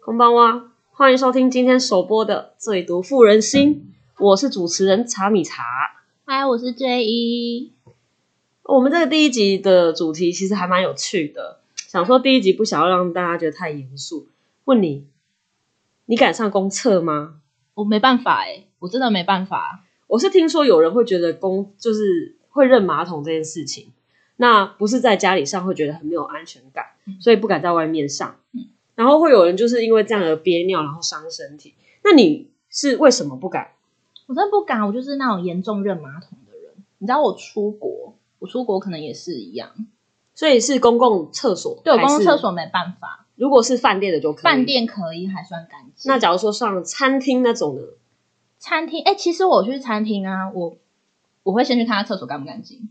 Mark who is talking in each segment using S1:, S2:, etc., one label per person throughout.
S1: 空邦哇，欢迎收听今天首播的《最毒妇人心》，我是主持人茶米茶。
S2: 嗨，我是 J E 一。
S1: 我们这个第一集的主题其实还蛮有趣的，想说第一集不想要让大家觉得太严肃，问你，你敢上公厕吗？
S2: 我没办法哎、我真的没办法。
S1: 我是听说有人会觉得公就是会认马桶这件事情，那不是在家里上会觉得很没有安全感，
S2: 嗯
S1: 所以不敢在外面上
S2: 嗯。
S1: 然后会有人就是因为这样而憋尿，然后伤身体。那你是为什么不敢？
S2: 我真的不敢，我就是那种严重认马桶的人。你知道我出国，我出国可能也是一样，
S1: 所以是公共厕所，
S2: 对我公
S1: 还
S2: 共
S1: 是
S2: 厕所。没办法，
S1: 如果是饭店的就可以。
S2: 饭。店可以还算干净。
S1: 那假如说上餐厅那种呢？
S2: 餐厅，哎、其实我去餐厅啊，我我会先去看他厕所干不干净。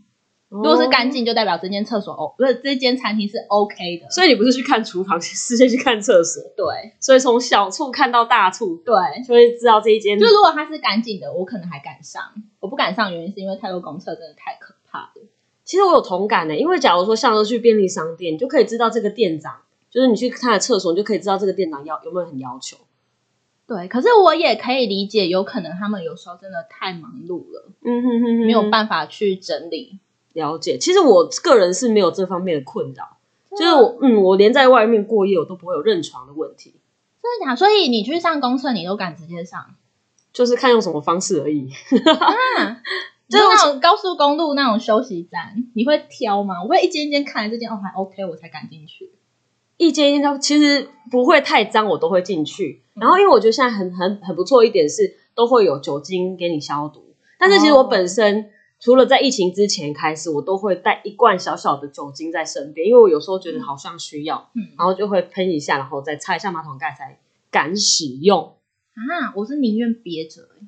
S1: 如
S2: 如果是干，净，就代表这间厕所哦，不是这间餐厅是 OK 的。
S1: 哦所以你不是去看厨房，是先去看厕所。
S2: 对
S1: 所以从小处看到大处，
S2: 对，
S1: 就会知道这一间
S2: 就如果它是干净的，我可能还敢上。我不敢上，原因是因为太多公厕真的太可怕了。
S1: 其实我有同感欸的、因为假如说像是去便利商店，你就可以知道这个店长，就是你去他的厕所，你就可以知道这个店长要有没有很要求。
S2: 对，可是我也可以理解，有可能他们有时候真的太忙碌了，
S1: 嗯哼哼哼，
S2: 没有办法去整理。
S1: 了解。其实我个人是没有这方面的困扰，就是
S2: 真的
S1: 我嗯，我连在外面过夜，我都不会有认床的问题，
S2: 真的假的？所以你去上公厕，你都敢直接上？
S1: 就是看用什么方式而已。
S2: 啊，
S1: 这
S2: 就是
S1: 种
S2: 那种高速公路那种休息站，你会挑吗？我会一间一间看，这间哦还 OK，我才敢进去。
S1: 一间一间都其实不会太脏，我都会进去。
S2: 嗯
S1: 然后因为我觉得现在很很很不错一点是，都会有酒精给你消毒。但是其
S2: 哦
S1: 实我本身、除了在疫情之前开始，我都会带一罐小小的酒精在身边，因为我有时候觉得好像需要，
S2: 嗯
S1: 然后就会喷一下，然后再擦一下马桶盖才敢使用。
S2: 啊，我是宁愿憋着、欸。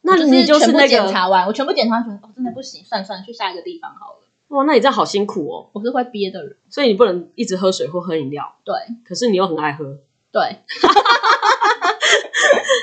S1: 那你就
S2: 就
S1: 是
S2: 全部
S1: 那
S2: 检
S1: 个
S2: 查完，我全部检查完，觉得哦真的不行，算了算了，去下一个地方好了。
S1: 哇，那你这样好辛苦哦。
S2: 我是会憋的人，
S1: 所以你不能一直喝水或喝饮料，
S2: 对
S1: 可是你又很爱喝。
S2: 对，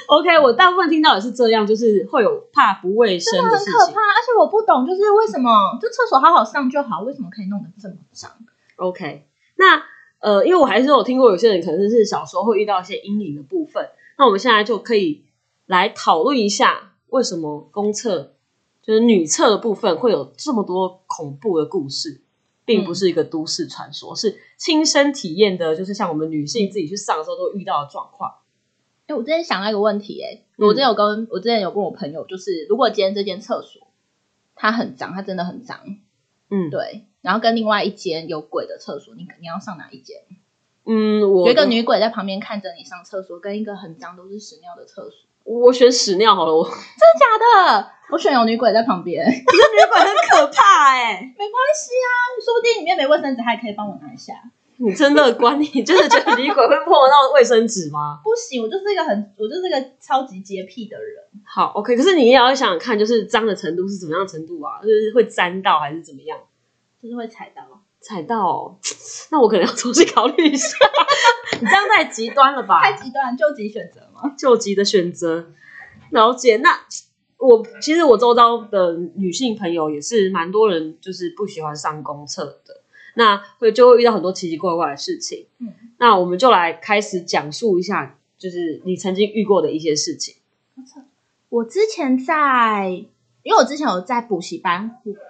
S1: OK，我大部分听到也是这样，就是会有怕不卫生
S2: 真的
S1: 的
S2: 很
S1: 事
S2: 可
S1: 情
S2: 怕。。而且我不懂，就是为什么就厕所好好上就好，为什么可以弄得这么脏？
S1: OK，那呃，因为我还是有听过有些人可能是小时候会遇到一些阴影的部分，那我们现在就可以来讨论一下，为什么公厕就是女厕的部分会有这么多恐怖的故事，并
S2: 嗯
S1: 不是一个都市传说，是亲身体验的，就是像我们女性自己去上的时候都遇到的状况。
S2: 哎、我之前想到一个问题、哎，
S1: 嗯
S2: 我之前有跟我之前有跟我朋友，就是如果今天这间厕所它很脏，它真的很脏，
S1: 嗯，，
S2: 对，然后跟另外一间有鬼的厕所，你你要上哪一间？
S1: 嗯，我
S2: 有一个，女鬼在旁边看着你上厕所，跟一个很脏都是屎尿的厕所，
S1: 我选屎尿好了，我 女
S2: 真的假的？我选有女鬼在旁边， 没关
S1: 鬼很可怕哎、
S2: 系啊，说不定里面没卫生纸，还可以帮我拿一下。
S1: 你真乐观，你真的觉得女鬼会碰到卫生纸吗？
S2: 不行，我就是一个很，我就是一个超级洁癖的人。
S1: 好，OK，可是你也要想想看，就是脏的程度是怎么样程度啊？就是会沾到还是怎么样？
S2: 就是会踩到，
S1: 踩到哦、那我可能要重新考虑一下。你这样太极端了吧？
S2: 太极端，救急选择吗？
S1: 救急的选择，了解。那我其实我周遭的女性朋友也是蛮多人，就是不喜欢上公厕的，那会就会遇到很多奇奇怪怪的事情。
S2: 嗯，
S1: 那我们就来开始讲述一下，就是你曾经遇过的一些事情。
S2: 我之前在，因为我之前有在补习班，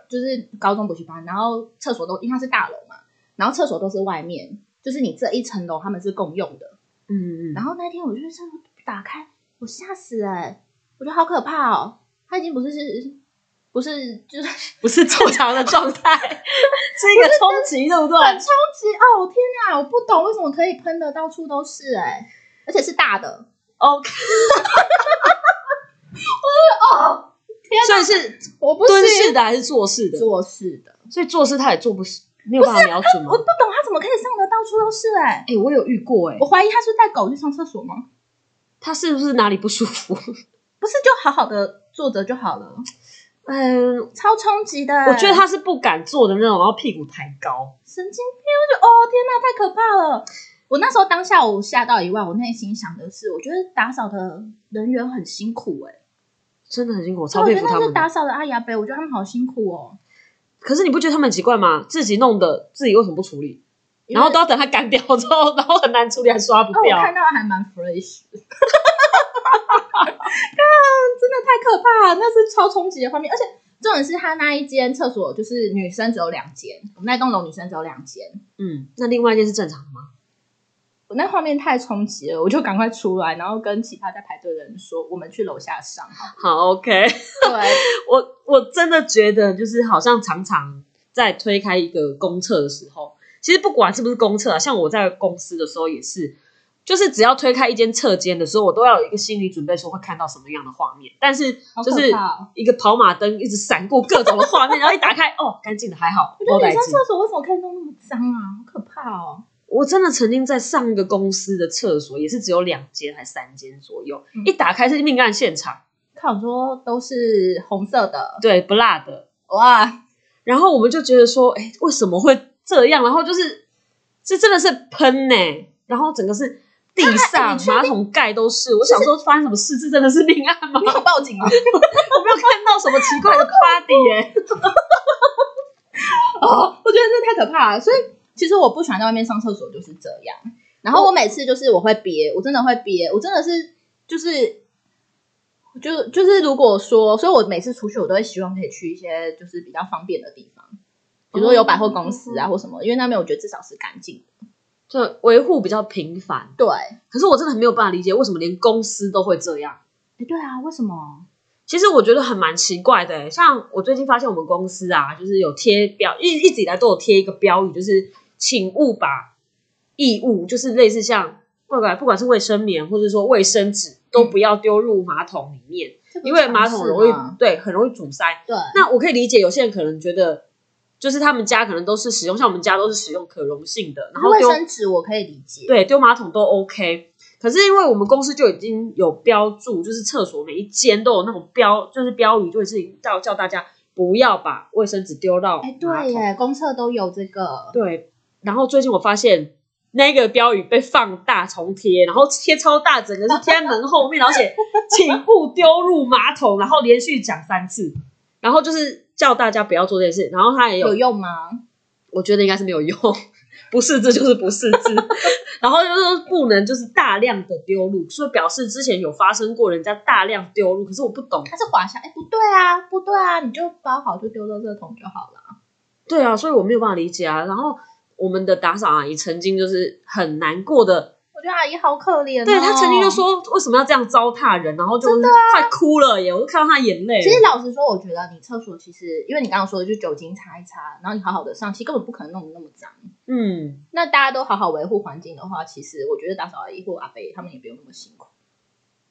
S2: 就是高中补习班，然后厕所都因为它是大楼嘛，然后厕所都是外面，就是你这一层楼他们是共用的。
S1: 嗯
S2: 然后那天我就去厕所打开，我吓死了、欸我觉得好可怕哦，它已经不是是。不是， 就是
S1: 不是正常的状态， 是一个冲击，对不 对？
S2: 很冲击哦！天哪，我不懂为什么可以喷的到处都是哎、而且是大的
S1: OK，
S2: 哦！天
S1: 所以是
S2: 我不
S1: 蹲
S2: 是
S1: 式的还是坐式的？
S2: 做事的，
S1: 所以坐式他也做不是，没有办法瞄准吗
S2: 我？不懂他怎么可以上得到处都是哎、
S1: 哎、我有遇过哎、
S2: 我怀疑他是带狗去上厕所吗？
S1: 他是不是哪里不舒服？
S2: 不是，就好好的坐着就好了，
S1: 嗯，
S2: 超冲击的、
S1: 我觉得他是不敢坐的那种，然后屁股抬高。
S2: 神经病，我就哦天哪，太可怕了！我那时候当下我吓到以外，我内心想的是，我觉得打扫的人员很辛苦哎、
S1: 真的很辛苦，我
S2: 所
S1: 超
S2: 以我
S1: 佩
S2: 觉
S1: 服他
S2: 得那
S1: 们
S2: 些打
S1: 的。
S2: 扫的阿雅贝，我觉得他们好辛苦哦。
S1: 可是你不觉得他们很奇怪吗？自己弄的，自己为什么不处理？
S2: 因为
S1: 然后都要等它干掉之后，然后很难处理，还刷不
S2: 哦，
S1: 掉
S2: 我。看到还蛮 fresh，看，真 的太可怕了，那是超冲击的画面，而且重点是他那一间厕所就是女生只有两间，我们那栋楼女生只有两间，
S1: 嗯，那另外一件是正常的吗？
S2: 我那画面太冲击了，我就赶快出来，然后跟其他在排队的人说，我们去楼下上。
S1: 好，OK。
S2: 对，
S1: 我我真的觉得，就是好像常常在推开一个公厕的时候，其实不管是不是公厕啊，像我在公司的时候也是，就是只要推开一间侧间的时候，我都要有一个心理准备，说会看到什么样的画面。但是
S2: 好可
S1: 就是
S2: 怕哦
S1: 一个跑马灯一直闪过各种的画面，然后一打开，哦，干净的还好，
S2: 我觉
S1: 我
S2: 得
S1: 带
S2: 女生
S1: 劲。
S2: 厕所为什么可以弄那么脏啊？好可怕哦！
S1: 我真的曾经在上一个公司的厕所，也是只有两间还三间左右，
S2: 嗯
S1: 一打开是命案现场，
S2: 看我说都是红色的，
S1: 对，不辣的。
S2: 哇，
S1: 然后我们就觉得说，哎，为什么会这样？然后就是这真的是喷呢、然后整个是地
S2: 那哎
S1: 上
S2: 你确定
S1: 马桶盖都是。我想说发生什么事？这真的是命案吗？
S2: 你有报警吗？
S1: 我没有看到什么奇怪的 body 耶、
S2: 哦， 我觉得这太可怕了。所以其实我不喜欢在外面上厕所就是这样。然后我每次就是我会憋，我真的会憋，我真的是就是就就是如果说，所以我每次出去我都会希望可以去一些就是比较方便的地方，比如说有百货公司
S1: 哦
S2: 啊或什么，因为那边我觉得至少是干净的。
S1: 就维护比较频繁。
S2: 对，
S1: 可是我真的很没有办法理解，为什么连公司都会这样？
S2: 哎，对啊，为什么？
S1: 其实我觉得很蛮奇怪的耶、欸像我最近发现我们公司啊，就是有贴标，一一直以来都有贴一个标语，就是请勿把异物，就是类似像不管不管是卫生棉或者说卫生纸，都不要丢入马桶里面，
S2: 嗯
S1: 因为马桶容易
S2: 啊
S1: 对很容易阻塞。
S2: 对，
S1: 那我可以理解有些人可能觉得，就是他们家可能都是使用，像我们家都是使用可溶性的，然后
S2: 卫
S1: 丢
S2: 生纸我可以理解。
S1: 对，丢马桶都 OK。可是因为我们公司就已经有标注，就是厕所每一间都有那种标，就是标语，就是叫叫大家不要把卫生纸丢到
S2: 哎，
S1: 马
S2: 对
S1: 桶。
S2: 耶，公厕都有这个。
S1: 对。然后最近我发现那个标语被放大重贴，然后贴超大，整个是贴在门后面，然后写 “请勿丢入马桶”，然后连续讲三次，然后就是叫大家不要做这件事。然后他也有
S2: 有用吗？
S1: 我觉得应该是没有用，不识字就是不识字， 然后就是说不能就是大量的丢入，所以表示之前有发生过人家大量丢入，可是我不懂。
S2: 它是滑下，哎，不对啊，不对啊，你就包好就丢到这桶就好了。
S1: 对啊，所以我没有办法理解啊。然后我们的打扫阿姨曾经就是很难过的，
S2: 我觉得阿姨好可怜、哦。啊
S1: 对她曾经就，说为什么要这样糟蹋人，然后就是快哭了耶，我都看到她眼泪了。
S2: 其实老实说，我觉得你厕所其实，因为你刚刚说的，就酒精擦一擦，然后你好好的上，其实根本不可能弄得那么脏。
S1: 嗯，
S2: 那大家都好好维护环境的话，其实我觉得打扫阿姨或阿伯他们也不用那么辛苦。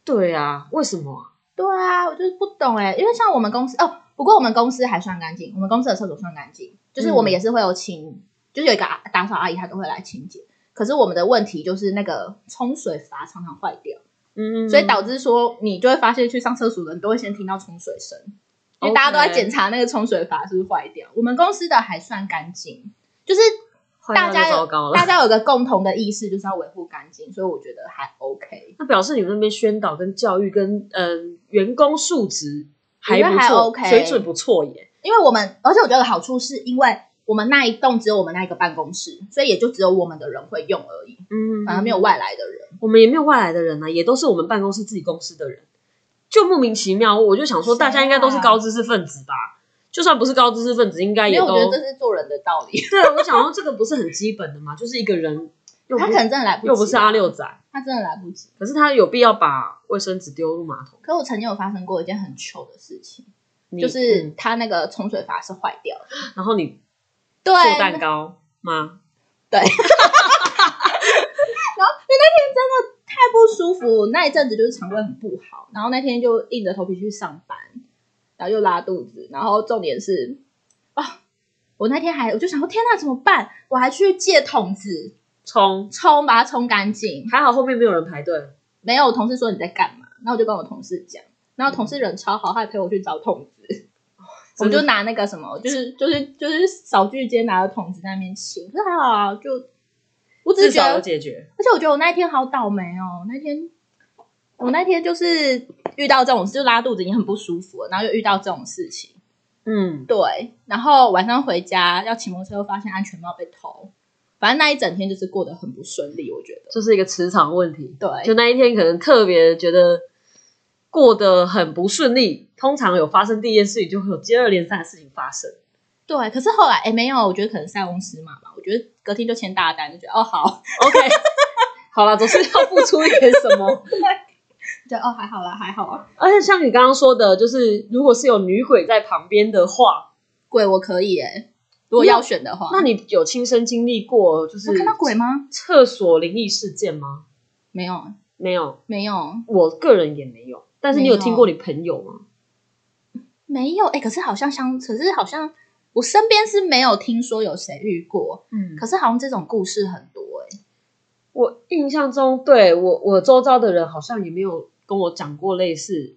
S1: 对啊，为什么啊？
S2: 对啊，我就是不懂哎、因为像我们公司哦，不过我们公司还算干净，我们公司的厕所算干净，就是
S1: 嗯
S2: 我们也是会有请，就是有一个阿打扫阿姨，她都会来清洁。可是我们的问题就是那个冲水阀常常坏掉，
S1: 嗯，
S2: 所以导致说你就会发现去上厕所的人都会先听到冲水声，因为大家都在
S1: OK
S2: 检查那个冲水阀是不是坏掉。我们公司的还算干净，就是
S1: 坏
S2: 大
S1: 到
S2: 家
S1: 就
S2: 有
S1: 糟糕了
S2: 大。家有个共同的意识，就是要维护干净，所以我觉得还 OK，
S1: 那表示你们那边宣导跟教育跟嗯、员工素质还
S2: 我觉
S1: 不
S2: 得还
S1: 错
S2: OK
S1: 水准不错耶。
S2: 因为我们而且我觉得好处是因为。我们那一栋只有我们那一个办公室，所以也就只有我们的人会用而已，
S1: 嗯
S2: 反而没有，外来的人。
S1: 我们也没有外来的人啊，也都是我们办公室自己公司的人，就莫名其妙，我就想说
S2: 谁啊
S1: 大家应该都是高知识分子吧。就算不是高知识分子，应该嗯
S2: 因
S1: 也
S2: 为我
S1: 都
S2: 觉得这是做人的道理。
S1: 对。啊我想说这个不是很基本的嘛，就是一个人又不
S2: 他可能真的来不及，啊
S1: 又不是阿，六仔，
S2: 他真的来不及。
S1: 可是他有必要把卫生纸丢入马桶？
S2: 可我曾经有发生过一件很糗的事情，
S1: 你
S2: 就是
S1: 嗯
S2: 它那个冲水阀是坏掉的，
S1: 然后你
S2: 对
S1: 做蛋糕吗？
S2: 太不舒服，那一阵子就是肠胃很不好，然后那天就硬着头皮去上班，然后又拉肚子，然后重点是啊，我那天还我就想说天哪怎么办？我还去借桶子
S1: 冲，
S2: 冲把它冲干净，
S1: 还好后面没有人排队。
S2: 没有我同事说你在干嘛，然后我就跟我同事讲，然后同事人超好，他还陪我去找桶子。
S1: 哦
S2: 我们就拿那个什么，就是就是就是扫具间拿着桶子在那边清，可是还好啊，就我只
S1: 至
S2: 是觉
S1: 少
S2: 得
S1: 有解决。
S2: 而且我觉得我那一天好倒霉哦，那天我那天就是遇到这种事，就拉肚子已经很不舒服了，然后又遇到这种事情，
S1: 嗯，
S2: 对，然后晚上回家要骑摩托车，又发现安全帽被偷，反正那一整天就是过得很不顺利，我觉得。
S1: 就是一个磁场问题。
S2: 对，
S1: 就那一天可能特别觉得过得很不顺利，通常有发生第一件事情，就会有接二连三的事情发生。
S2: 对，可是后来哎没有，我觉得可能塞翁失马吧。我觉得隔天就签大单，就觉得哦好，
S1: OK，好了，总是要付出一点什么。
S2: 就哦还好啦，还好啊。
S1: 而且像你刚刚说的，就是如果是有女鬼在旁边的话，
S2: 鬼我可以哎、如果要选的话，
S1: 那你有亲身经历过就是
S2: 我看到鬼吗？
S1: 厕所灵异事件吗？
S2: 没有，
S1: 没有，
S2: 没有，
S1: 我个人也没有。但是你有
S2: 没有
S1: 听过你朋友吗？
S2: 没有哎、可是好像相，可是好像我身边是没有听说有谁遇过，
S1: 嗯
S2: 可是好像这种故事很多哎、
S1: 我印象中，对我我周遭的人好像也没有跟我讲过类似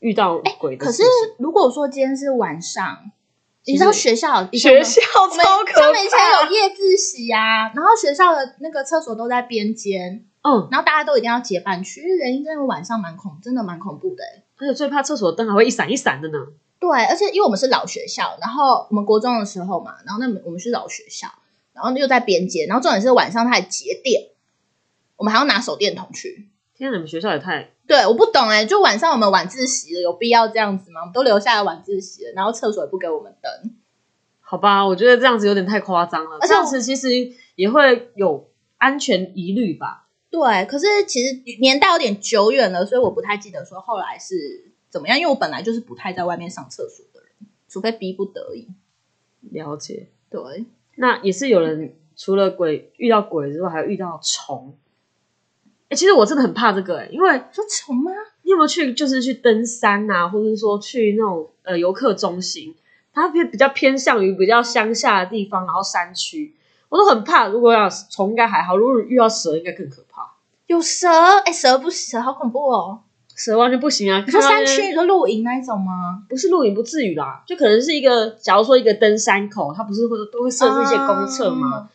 S1: 遇到鬼的
S2: 哎可
S1: 事
S2: 是
S1: 情。
S2: 如果说今天是晚上，
S1: 其实
S2: 你知道学校以前我
S1: 学
S2: 们
S1: 校
S2: 我们
S1: 超可
S2: 他们以
S1: 怕，
S2: 前有夜自习啊，然后学校的那个厕所都在边间，
S1: 嗯，
S2: 然后大家都一定要结伴去，因为原因真的晚上蛮恐，真的蛮恐怖的、欸。
S1: 而且最怕厕所灯还会一闪一闪的呢。
S2: 对，而且因为我们是老学校，然后我们国中的时候嘛，然后那我们是老学校，然后又在边界，然后重点是晚上它还节电，我们还要拿手电筒去。
S1: 天啊，你们学校也太……
S2: 对，我不懂哎、就晚上我们晚自习了，有必要这样子吗？我们都留下来晚自习了，然后厕所也不给我们灯。
S1: 好吧，我觉得这样子有点太夸张了。
S2: 而且
S1: 这样
S2: 我
S1: 子其实也会有安全疑虑吧？
S2: 对，可是其实年代有点久远了，所以我不太记得说后来是怎么样，因为我本来就是不太在外面上厕所的人，除非逼不得已。
S1: 了解。
S2: 对，
S1: 那也是有人除了鬼遇到鬼之外，还遇到虫。哎、其实我真的很怕这个、欸，因为
S2: 说虫吗？
S1: 你有没有去就是去登山啊，或者是说去那种呃游客中心，它偏比较偏向于比较乡下的地方，然后山区，我都很怕。如果要虫应该还好，如果遇到蛇应该更可怕。
S2: 有蛇？哎、蛇不蛇好恐怖哦。
S1: 蛇完全不行啊！
S2: 你说
S1: 看到那
S2: 山
S1: 边
S2: 区，你说露营那一种吗？
S1: 不是露营不至于啦，就可能是一个，假如说一个登山口，它不是会都会设置一些公厕吗？
S2: 啊？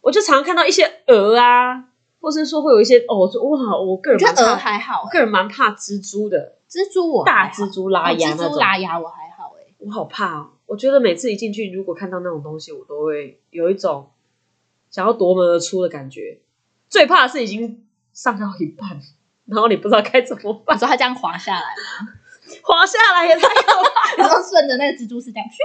S1: 我就常看到一些蛾啊，或是说会有一些哦，我就哇，我个
S2: 我
S1: 人
S2: 觉
S1: 蛮
S2: 得鹅
S1: 怕，
S2: 还好
S1: 我，个人蛮怕蜘蛛的，
S2: 蜘蛛我
S1: 大
S2: 还好
S1: 蜘蛛拉
S2: 哦
S1: 牙那
S2: 蜘蛛
S1: 种，
S2: 拉牙我还好 哎。
S1: 我好怕哦。我觉得每次一进去，如果看到那种东西，我都会有一种想要夺门而出的感觉。最怕的是已经上到一半，然后你不知道该怎么办
S2: 你，说它这样滑下 来，
S1: 滑下来也太 可怕。
S2: 然后顺着那个蜘蛛丝这样去。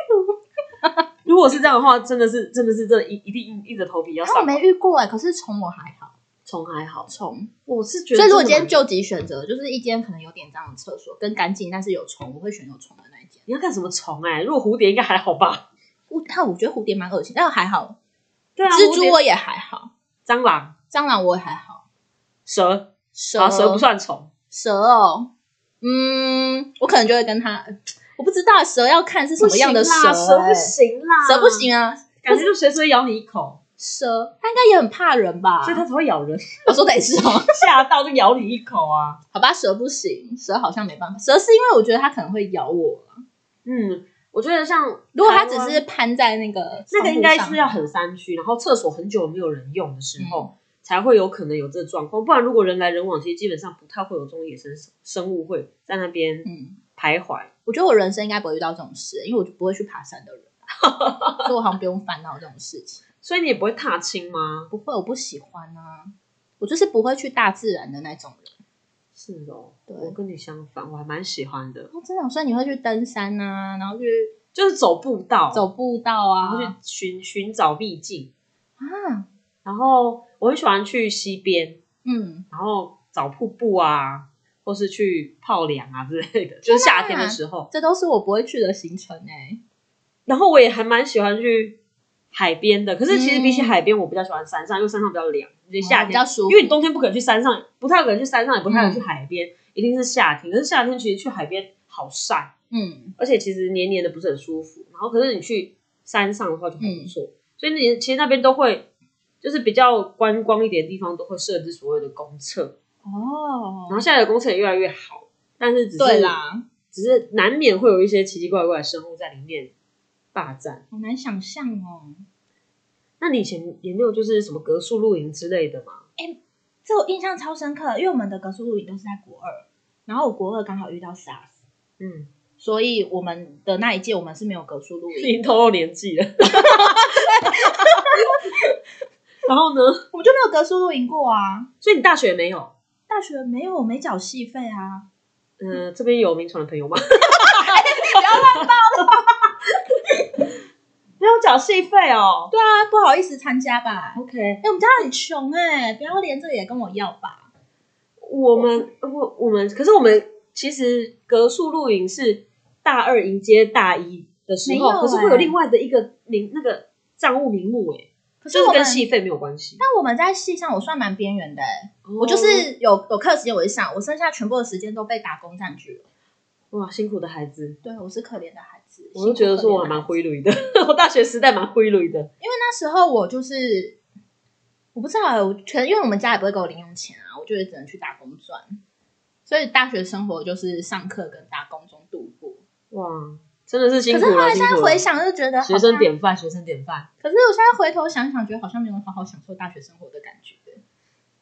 S1: 如果是这样的话，真的是真的是真的一一定硬硬着头皮要
S2: 然后我
S1: 上。
S2: 没遇过哎，可是虫我还好，
S1: 虫还好，
S2: 虫。
S1: 我是觉得
S2: 所
S1: 真的蛮。
S2: 以如果今天就急选择，就是一间可能有点脏的厕所，跟干净但是有虫，我会选有虫的那一间。
S1: 你要干什么虫哎、如果蝴蝶应该还好吧？
S2: 我它我觉得蝴蝶蛮恶心，但还好，
S1: 对啊，
S2: 蜘
S1: 蝴
S2: 蛛
S1: 蝶
S2: 我也还好，
S1: 蟑螂、
S2: 蟑螂我也还好，
S1: 蛇，
S2: 蛇
S1: 啊，蛇不算虫。
S2: 蛇哦，嗯，我可能就会跟他，我不知道蛇要看是什
S1: 什
S2: 么样的
S1: 蛇、
S2: 蛇欸、
S1: 不行啦，
S2: 蛇不，行啊，
S1: 感觉就随时会咬你一口，
S2: 蛇它应该也很怕人吧？
S1: 所以它才会咬人，
S2: 我说得是哦，
S1: 吓到就咬你一口啊。
S2: 好吧，蛇不行，蛇好像没办法，蛇是因为我觉得它可能会咬我啊，
S1: 嗯，我觉得像
S2: 如果它
S1: 台
S2: 只
S1: 湾
S2: 是攀在那个
S1: 那个，应该是要
S2: 窗户上
S1: 很山区，然后厕所很久没有人用的时候，才会有可能有这个状况。不然如果人来人往，其实基本上不太会有这种野生生物会在那边
S2: 嗯，
S1: 徘徊。
S2: 我觉得我人生应该不会遇到这种事，因为我就不会去爬山的人啊、 所以我好像不用烦恼这种事情，
S1: 所以你也不会踏青吗？
S2: 不会，我不喜欢啊，我就是不会去大自然的那种人。
S1: 是哦，
S2: 对
S1: 我跟你相反，我还蛮喜欢的，
S2: 哦，真的，所以你会去登山啊，然后去
S1: 就是走步道，
S2: 走步道
S1: 然后
S2: 啊，
S1: 去寻寻找秘境。
S2: 啊，
S1: 然后我很喜欢去溪边，
S2: 嗯，
S1: 然后找瀑布啊，或是去泡凉啊之类的，就是夏天的时候。
S2: 这都是我不会去的行程哎、
S1: 然后我也还蛮喜欢去海边的，可是其实
S2: 嗯哦
S1: 比起海边，我比较喜欢山上，因为山上比较凉，你夏
S2: 比
S1: 天、
S2: 较舒服，嗯
S1: 因为你冬天不可能去山上，不太可能去山上，也不太可能去海边，一定是夏天。可是夏天其实去海边好晒，
S2: 嗯，
S1: 而且其实黏黏的不是很舒服。然后可是你去山上的话就很不
S2: 嗯
S1: 错，所以你其实那边都会就是比较观光一点的地方都会设置所谓的公厕，然
S2: 哦，
S1: 后现在的公厕也越来越好，但是只是
S2: 对，啦，
S1: 只是难免会有一些奇奇怪怪的生物在里面霸占。
S2: 好难想象哦。
S1: 那你以前也没有就是什么格数露营之类的吗？
S2: 这我印象超深刻，因为我们的格数露营都是在国二，然后我国二刚好遇到 SARS，
S1: 嗯，
S2: 所以我们的那一届我们是没有格数露
S1: 已
S2: 营，
S1: 经透露年纪了。 然后呢？
S2: 我们就没有格数露营过啊。
S1: 所以你大学没有？
S2: 大学没有，我没缴戏费 啊。
S1: 呃，这边有名传的朋友吗？
S2: 不要乱报。
S1: 没有缴戏费哦。
S2: 对啊，不好意思参加吧。
S1: OK，
S2: 哎、我们家很穷哎、不要连这个也跟我要吧。
S1: 我们我我们，可是我们其实格数露营是大二迎接大一的时候，
S2: 没有
S1: 可是会有
S2: 欸
S1: 另外的一个名那个账务名目哎，
S2: 可是
S1: 就是
S2: 我
S1: 跟
S2: 们，
S1: 戏费没有关系。
S2: 但我们在戏上我算蛮边缘的哎、我就是有有课时间我就上，我剩下全部的时间都被打工占据了。
S1: 哦哇，辛苦的孩子，
S2: 对，我是可怜的孩子。
S1: 我就觉得说我还蛮
S2: 蛮
S1: 灰驴的，我大学时代蛮灰驴的。
S2: 那时候我就是我不知道欸，我可能因为我们家也不会给我零用钱啊，我就也只能去打工赚。所以大学生活就是上课跟打工中度过。
S1: 哇，真的是辛
S2: 可
S1: 苦
S2: 是后
S1: 了，
S2: 来
S1: 辛
S2: 现在
S1: 苦
S2: 回
S1: 了。
S2: 想，就觉得好
S1: 学
S2: 像
S1: 生典范，学生典范，
S2: 可是我现在回头想想，觉得好像没有好好享受大学生活的感觉。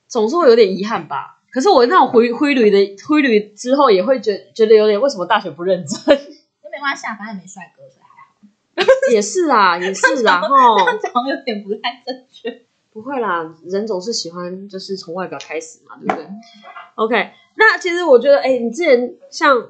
S1: 总是会有点遗憾吧。可是我那种灰灰驴的灰驴之后，也会觉觉得有点为什么大学不认真？
S2: 那没关系，啊，反正也没帅哥，所以还好。
S1: 也是啊，也 是啊，
S2: 这
S1: 吼，
S2: 样讲有点不太正确。
S1: 不会啦，人总是喜欢就是从外表开始嘛，对不对？OK，那其实我觉得，哎，你之前像会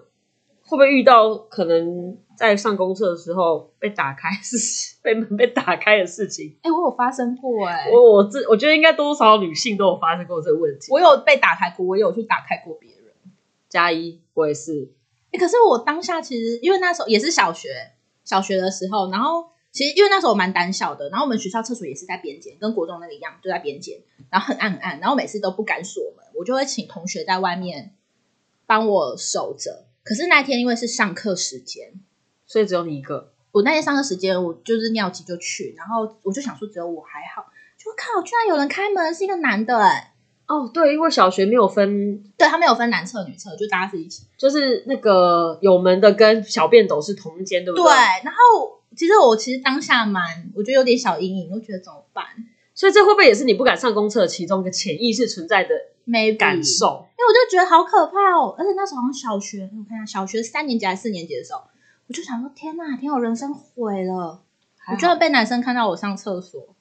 S1: 不会遇到可能在上公厕的时候被打开是 被门被打开的事情？
S2: 哎、我有发生过哎、
S1: 我我这我觉得应该多多少少女性都有发生过这个问题。
S2: 我有被打开过，我有去打开过别人。
S1: 加一，我也是，
S2: 哎、可是我当下其实因为那时候也是小学，小学的时候，然后其实因为那时候我蛮胆小的，然后我们学校厕所也是在边间，跟国中那个一样，就在边间，然后很暗很暗，然后每次都不敢锁门，我就会请同学在外面帮我守着。可是那天因为是上课时间，
S1: 所以只有你一个。
S2: 我那天上课时间，我就是尿急就去，然后我就想说只有我还好，就靠，居然有人开门，是一个男的哎、
S1: 哦，对，因为小学没有分，
S2: 对他没有分男厕女厕，就大家是一起。
S1: 就是那个有门的跟小便斗是同间，对不
S2: 对，然后其实我其实当下蛮，我觉得有点小阴影，我觉得怎么办
S1: 所以这会不会也是你不敢上公厕其中一个潜意识存在的
S2: ？maybe
S1: 感，受？
S2: 因为我就觉得好可怕哦，而且那时候好像小学，我看一下，小学三年级还是四年级的时候，我就想说天呐，天啊，我人生毁了。我居然被男生看到我上 厕所。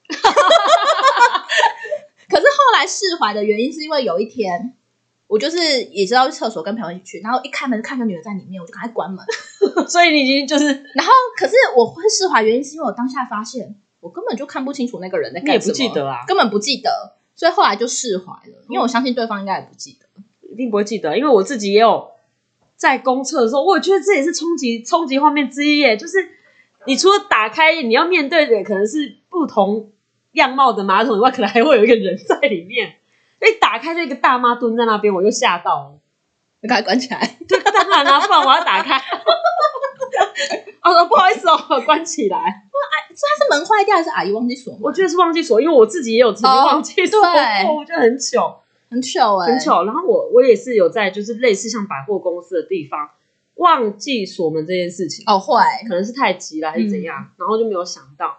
S2: 可是后来释怀的原因是因为有一天，我就是也知道去厕所跟朋友一起去，然后一开门就看个女的在里面，我就赶快关门。
S1: 得， 所以你已经就是
S2: 然后可是我会释怀原因是因为我当下发现我根本就看不清楚那个人在
S1: 你也
S2: 干什
S1: 不
S2: 么，
S1: 记得啊，
S2: 根本不记嗯得，所以后来就释怀了，因为我相信对方应该也不记得。
S1: 一定不会记得，因为我自己也有在公厕的时候，我觉得这也是冲击冲击画面之一耶，就是你除了打开，你要面对的可能是不同样貌的马桶以外，可能还会有一个人在里面，一打开就一个大妈蹲在那边，我就吓到了。
S2: 你赶快关起 来，
S1: 当然啦、不然我要打开。我说不好意思哦，我关起来。
S2: 是门坏掉还是阿姨忘记锁门？
S1: 我觉得是忘记锁，因为我自己也有曾经
S2: 哦
S1: 忘记锁过，
S2: 对
S1: 我觉得很糗，
S2: 很糗哎、
S1: 很。糗。然后我我也是有在就是类似像百货公司的地方忘记锁门这件事情，
S2: 哦，嗯会，
S1: 可能是太急了还是怎样，然后就没有想到，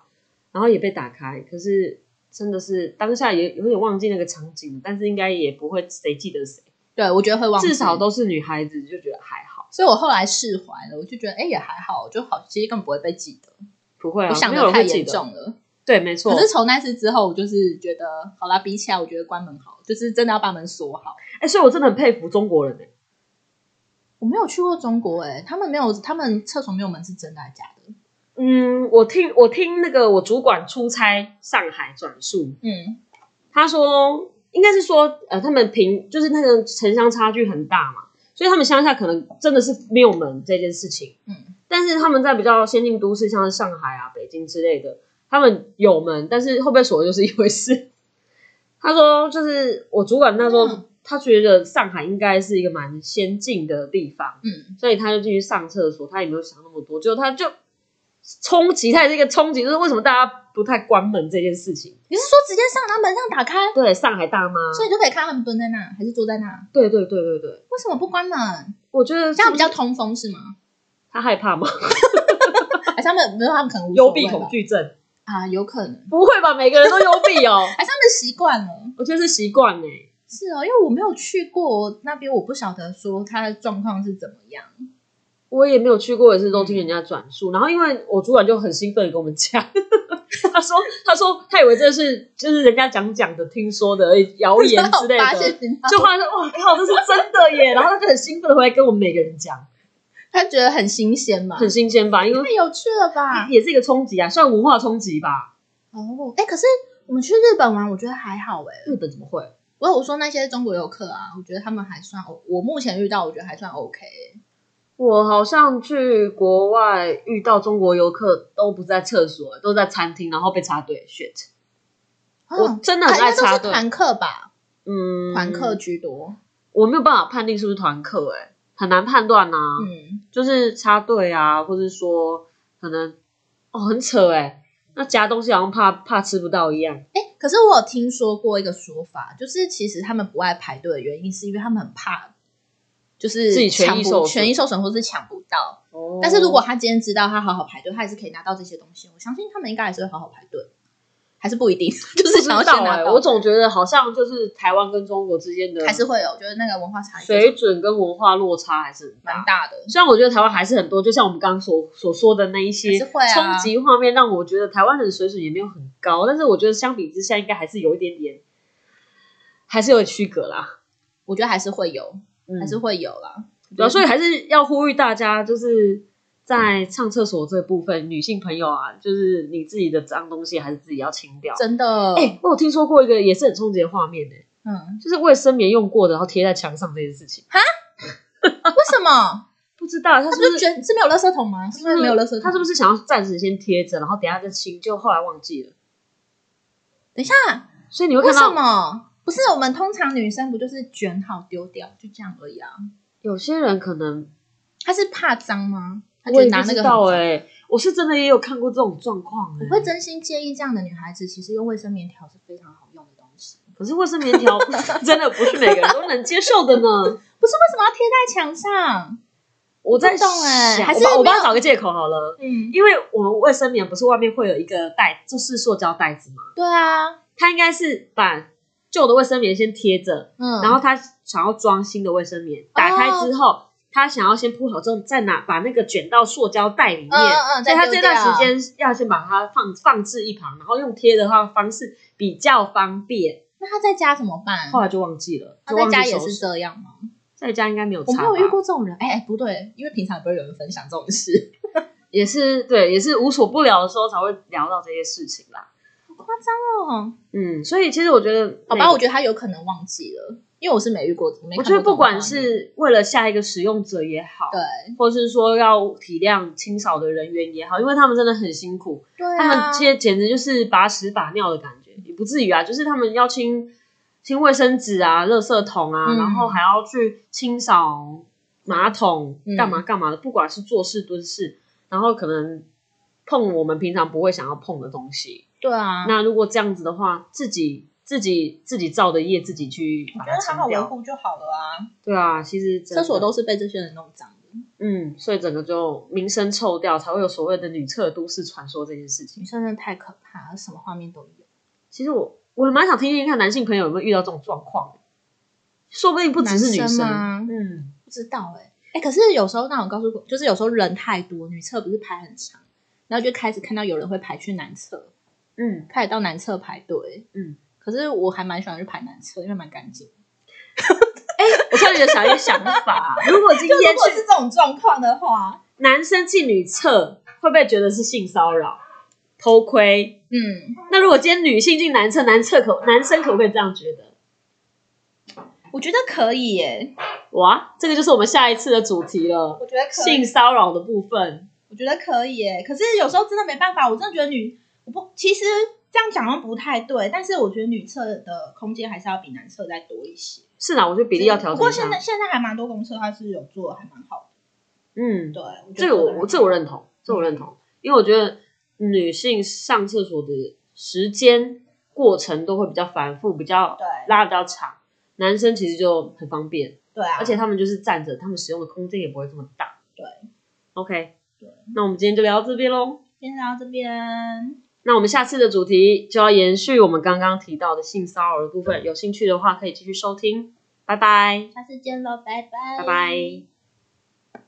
S1: 然后也被打开。可是真的是当下也有点忘记那个场景，但是应该也不会谁记得谁，
S2: 对我觉得会忘记，
S1: 至少都是女孩子就觉得还好，
S2: 所以我后来释怀了，我就觉得哎、也还好，就好，其实根本不会被记得，
S1: 不会啊，
S2: 我想
S1: 没有
S2: 的
S1: 人
S2: 太
S1: 会记
S2: 严
S1: 得。
S2: 重了。
S1: 对，没错。
S2: 可是从那次之后，我就是觉得好啦，比起来，我觉得关门好，就是真的要把门锁好。
S1: 哎、所以我真的很佩服中国人哎、
S2: 我没有去过中国、哎，他们没有，他们厕所没有门是真的还是假的？
S1: 嗯，我听我听那个我主管出差上海转述，
S2: 嗯，
S1: 他说应该是说呃，他们平就是那个城乡差距很大嘛，所以他们乡下可能真的是没有门这件事情。
S2: 嗯，
S1: 但是他们在比较先进都市，像是上海啊、北京之类的，他们有门，但是会不会锁就是一回事。他说，就是我主管他说，
S2: 嗯
S1: 他觉得上海应该是一个蛮先进的地方。
S2: 嗯，
S1: 所以他就进去上厕所，他也没有想那么多，结果他就冲击，他也是一个冲击，就是为什么大家不太关门这件事情。
S2: 你是说直接上，然后门上打开，
S1: 对，上海大妈，
S2: 所以就可以看到他们蹲在那，还是坐在那？
S1: 对对对对对，
S2: 为什么不关门？
S1: 我觉得
S2: 这样比较
S1: 是不是
S2: 通风是吗？
S1: 他害怕吗？
S2: 还是他们没有，他们可能无所
S1: 幽
S2: 谓
S1: 闭
S2: 吧
S1: 恐惧症？
S2: 啊，有可能，哎
S1: 不会吧，每个人都幽闭 哦，
S2: 还是他们习惯了。
S1: 我觉得是习惯欸呢。
S2: 是哦，因为我没有去过那边，我不晓得说他的状况是怎么样。
S1: 我也没有去过，也是都听人家转述。然后因为我主管就很兴奋的跟我们讲， 他说他说他以为这是就是人家讲讲的、听说的、谣言之 类
S2: 发现
S1: 的，
S2: 你知道
S1: 就发现哇哦靠，这是真的耶！ 然后他就很兴奋的回来跟我们每个人讲，
S2: 他觉得很新鲜嘛，
S1: 很新鲜吧？因为
S2: 太有趣了吧？
S1: 也是一个冲击啊，算文化冲击吧。
S2: 哦，哎，可是我们去日本玩，我觉得还好哎。
S1: 日本怎么会？
S2: 我有说那些中国游客啊，我觉得他们还算，我目前遇到我觉得还算 OK 欸。
S1: 我好像去国外遇到中国游客都不在厕所，都在餐厅，然后被插队。shit，我
S2: 哦
S1: 真的
S2: 啊，
S1: 很
S2: 应该
S1: 爱
S2: 都
S1: 插
S2: 是
S1: 队。
S2: 团客吧，
S1: 嗯，
S2: 团客居多。
S1: 我没有办法判定是不是团客、欸，哎，很难判断呐、
S2: 嗯，
S1: 就是插队啊，或是说可能哦很扯哎、那夹东西好像怕怕吃不到一样。
S2: 哎，可是我有听说过一个说法，就是其实他们不爱排队的原因，是因为他们很怕，就是
S1: 自己权益
S2: 抢不
S1: 受损
S2: 权益受损，或是抢不到。
S1: 哦
S2: 但是如果他今天知道他好好排队，他还是可以拿到这些东西。我相信他们应该还是会好好排队，还是不一定， 就是想要
S1: 不知道
S2: 先拿
S1: 欸
S2: 到。
S1: 我总觉得好像就是台湾跟中国之间的
S2: 还是会有，就是那个文化差异
S1: 水准跟文化落差还是很
S2: 蛮
S1: 大。
S2: 大的。
S1: 虽然我觉得台湾还是很多，就像我们刚刚所所说的那一些
S2: 还是会啊
S1: 冲击画面，让我觉得台湾人的水准也没有很高，但是我觉得相比之下，应该还是有一点点，还是有区隔啦。
S2: 我觉得还是会有，
S1: 嗯，
S2: 还是会有啦。
S1: 对啊，所以还是要呼吁大家，就是在上厕所这部分，女性朋友啊，就是你自己的脏东西还是自己要清掉。
S2: 真的，
S1: 哎、我有听说过一个也是很冲击的画面呢、
S2: 嗯，
S1: 就是卫生棉用过的，然后贴在墙上这件事情。
S2: 为什么？
S1: 不知道他
S2: 他
S1: 是
S2: 不
S1: 不
S2: 是
S1: 是
S2: 觉得是没有垃圾桶吗？是不是没有垃圾桶？
S1: 他是不是想要暂时先贴着，然后等一下再清？就后来忘记了，
S2: 等一下，
S1: 所以你会
S2: 为
S1: 看
S2: 什
S1: 到
S2: 么？不是我们通常女生不就是卷好丢掉，就这样而已啊？
S1: 有些人可能
S2: 他是怕脏吗？他觉
S1: 我
S2: 得
S1: 也
S2: 拿
S1: 不
S2: 那
S1: 知
S2: 个
S1: 道
S2: 很
S1: 哎、
S2: 脏
S1: 我是真的也有看过这种状况、
S2: 我
S1: 欸。
S2: 会真心建议这样的女孩子，其实用卫生棉条是非常好用的东西。
S1: 可是卫生棉条 真的不是每个人都能接受的呢。
S2: 不是为什么要贴在墙上？
S1: 我在
S2: 不懂欸
S1: 想
S2: 还是
S1: 我帮我帮
S2: 没
S1: 他
S2: 有
S1: 找个借口好了。
S2: 嗯，
S1: 因为我们卫生棉不是外面会有一个袋，就是塑胶袋子嘛，
S2: 对啊，
S1: 他应该是把旧的卫生棉先贴着，
S2: 嗯，
S1: 然后他想要装新的卫生棉，打开之后，
S2: 哦
S1: 他想要先铺好之后，再拿把那个卷到塑胶袋里面，
S2: 嗯嗯嗯
S1: 所以他
S2: 再
S1: 这
S2: 丢
S1: 段时
S2: 掉
S1: 间要先把它放放置一旁，然后用贴的话方式比较方便。
S2: 那他在家怎么办？
S1: 后来就忘记了，
S2: 他
S1: 就忘
S2: 在
S1: 记
S2: 家也
S1: 收
S2: 是
S1: 拾，
S2: 这样吗？
S1: 在家应该没有
S2: 我
S1: 擦
S2: 没
S1: 吧，
S2: 有遇过这种人。哎、哎，不对，因为平常也不会有人分享这种事，
S1: 也是对，也是无所不聊的时候才会聊到这些事情啦。
S2: 好夸张哦。
S1: 嗯，所以其实我觉得，哎
S2: 好吧，我觉得他有可能忘记了，因为我是没遇过，
S1: 我
S2: 没看过
S1: 觉得不管
S2: 这种
S1: 是为了下一个使用者也好，
S2: 画面
S1: 或是说要体谅清扫的人员也好，因为他们真的很辛苦，
S2: 对对
S1: 他
S2: 啊，
S1: 们这简直就是把屎把尿的感觉，也不至于啊，就是他们要清清卫生纸啊、垃圾桶啊，
S2: 嗯
S1: 然后还要去清扫马桶，
S2: 嗯
S1: 干嘛干嘛的，不管是做事蹲式，然后可能碰我们平常不会想要碰的东西。
S2: 对啊，
S1: 那如果这样子的话，自己自己自己造的业，自己去
S2: 我
S1: 把
S2: 觉得
S1: 它
S2: 好
S1: 清
S2: 好维
S1: 掉。
S2: 护就好了啊。
S1: 对啊，其实真的
S2: 厕所都是被这些人弄脏的，
S1: 嗯，所以整个就名声臭掉，才会有所谓的女厕都市传说这件事情
S2: 女。生真的太可怕了，什么画面都有。
S1: 其实我我蛮想听听看男性朋友有没有遇到这种状况，说不定不只是女
S2: 男生吗
S1: 嗯，
S2: 不知道哎、欸、哎、可是有时候那我告诉过，就是有时候人太多，女厕不是排很长，然后就开始看到有人会排去男厕，
S1: 嗯，
S2: 开始到男厕排队。
S1: 嗯，
S2: 可是我还蛮喜欢去排男厕，因为蛮干净。
S1: 我突然有想一个想法，如果今 天去
S2: 这种状况的话，
S1: 男生进女厕，会不会觉得是性骚扰、偷窥？
S2: 嗯，
S1: 那如果今天女性进男厕，男厕可男生可不可以这样觉得？
S2: 我觉得可以耶、
S1: 哇，这个就是我们下一次的主题了，
S2: 我觉得
S1: 性，骚扰的部分。
S2: 我觉得可以耶、可是有时候真的没办法，我真的觉得女，我不，其实这样讲好像不太对，但是我觉得女厕的空间还是要比男厕再多一些。
S1: 是啦，我觉得比例要调
S2: 不
S1: 整
S2: 过
S1: 一下
S2: 现。在现在还蛮多公司它是有做的还蛮好
S1: 嗯
S2: 的，，对，我觉
S1: 这
S2: 得
S1: 个
S2: 做得
S1: 我
S2: 还
S1: 我这个我认同，这个我认同，因为我觉得女性上厕所的时间过程都会比较繁复，比较
S2: 对
S1: 拉得比较长。男生其实就很方便，
S2: 对啊，
S1: 而且他们就是站着，他们使用的空间也不会这么大。
S2: 对
S1: ，OK，
S2: 对
S1: 那我们今天就聊到这边喽。
S2: 今天到这边，
S1: 那我们下次的主题就要延续我们刚刚提到的性骚扰的部分，有兴趣的话可以继续收听。拜拜，
S2: 下次见喽，拜拜，
S1: 拜拜。